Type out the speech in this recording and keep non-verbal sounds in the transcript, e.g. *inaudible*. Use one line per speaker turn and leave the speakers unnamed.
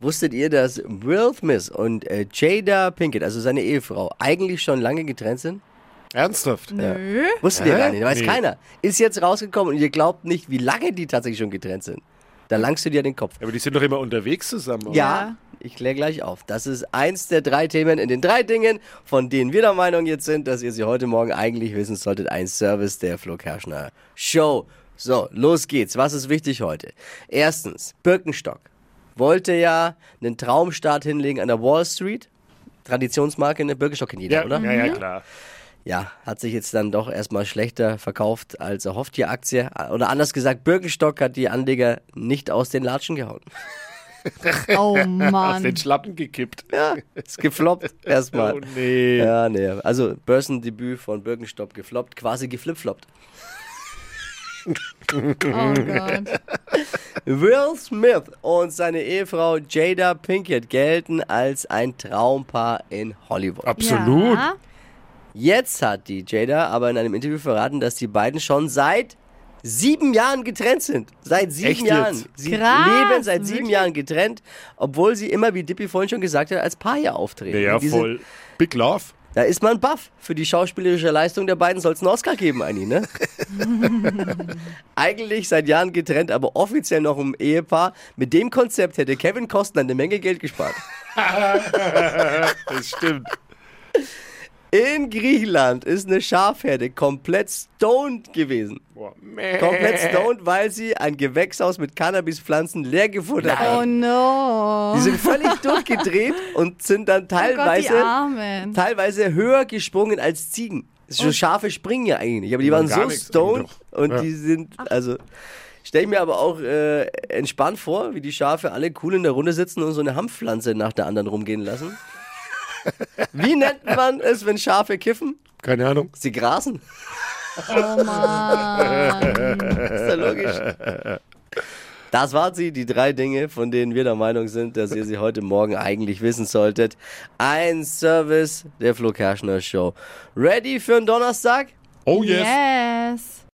Wusstet ihr, dass Will Smith und äh, Jada Pinkett, also seine Ehefrau, eigentlich schon lange getrennt sind?
Ernsthaft?
Nö. Wusstet ihr
Hä?
gar nicht, weiß
Nee.
keiner. Ist jetzt rausgekommen und ihr glaubt nicht, wie lange die tatsächlich schon getrennt sind. Da langst du dir den Kopf.
Aber die sind doch immer unterwegs zusammen. oder?
Ja, ich kläre gleich auf. Das ist eins der drei Themen in den drei Dingen, von denen wir der Meinung jetzt sind, dass ihr sie heute Morgen eigentlich wissen solltet. Ein Service der Flo Kerschner Show. So, los geht's. Was ist wichtig heute? Erstens, Birkenstock wollte ja einen Traumstart hinlegen an der Wall Street. Traditionsmarke, ne? Birkenstock kennt jeder,
Ja,
oder?
ja, ja, klar.
Ja, hat sich jetzt dann doch erstmal schlechter verkauft als erhofft, die Aktie. Oder anders gesagt, Birkenstock hat die Anleger nicht aus den Latschen gehauen.
Oh
*laughs* Aus
Mann.
den Schlappen gekippt.
Ja, ist gefloppt erstmal.
*laughs* Oh nee.
Ja, nee. Also Börsendebüt von Birkenstock gefloppt, quasi geflipfloppt.
Oh Gott.
Will Smith und seine Ehefrau Jada Pinkett gelten als ein Traumpaar in Hollywood.
Absolut.
Ja.
Jetzt hat die Jada aber in einem Interview verraten, dass die beiden schon seit sieben Jahren getrennt sind. Seit sieben
Echt jetzt?
Jahren. Sie
Krass,
leben seit sieben
wirklich?
Jahren getrennt, obwohl sie immer, wie Dippy vorhin schon gesagt hat, als Paar ja auftreten.
Ja, ja
Und diese-
voll. Big Love.
Da ist man baff. Für die schauspielerische Leistung der beiden soll es einen Oscar geben, Anni,
*laughs*
ne? Eigentlich seit Jahren getrennt, aber offiziell noch im Ehepaar. Mit dem Konzept hätte Kevin Costner eine Menge Geld gespart.
Das stimmt.
In Griechenland ist eine Schafherde komplett stoned gewesen.
Boah.
Komplett
Äh.
stoned, weil sie ein Gewächshaus mit Cannabispflanzen leer gefuttert
Oh
haben.
no.
Die sind
*laughs*
völlig durchgedreht und sind dann
oh Gott, die
teilweise
Armen.
teilweise höher gesprungen als Ziegen. So Schafe springen ja eigentlich nicht, aber die
Die
waren
machen gar
so
nichts
stoned
eigentlich doch.
und
Ja.
die sind, also stell ich mir aber auch äh, entspannt vor, wie die Schafe alle cool in der Runde sitzen und so eine Hanfpflanze nach der anderen rumgehen
*laughs*
lassen. Wie nennt man es, wenn Schafe kiffen?
Keine Ahnung.
Sie grasen.
Oh Mann.
*laughs* Ist ja logisch. Das waren sie, die drei Dinge, von denen wir der Meinung sind, dass ihr sie heute Morgen eigentlich wissen solltet. Ein Service der Flo Kerschner Show. Ready für einen Donnerstag?
Oh yes.
yes.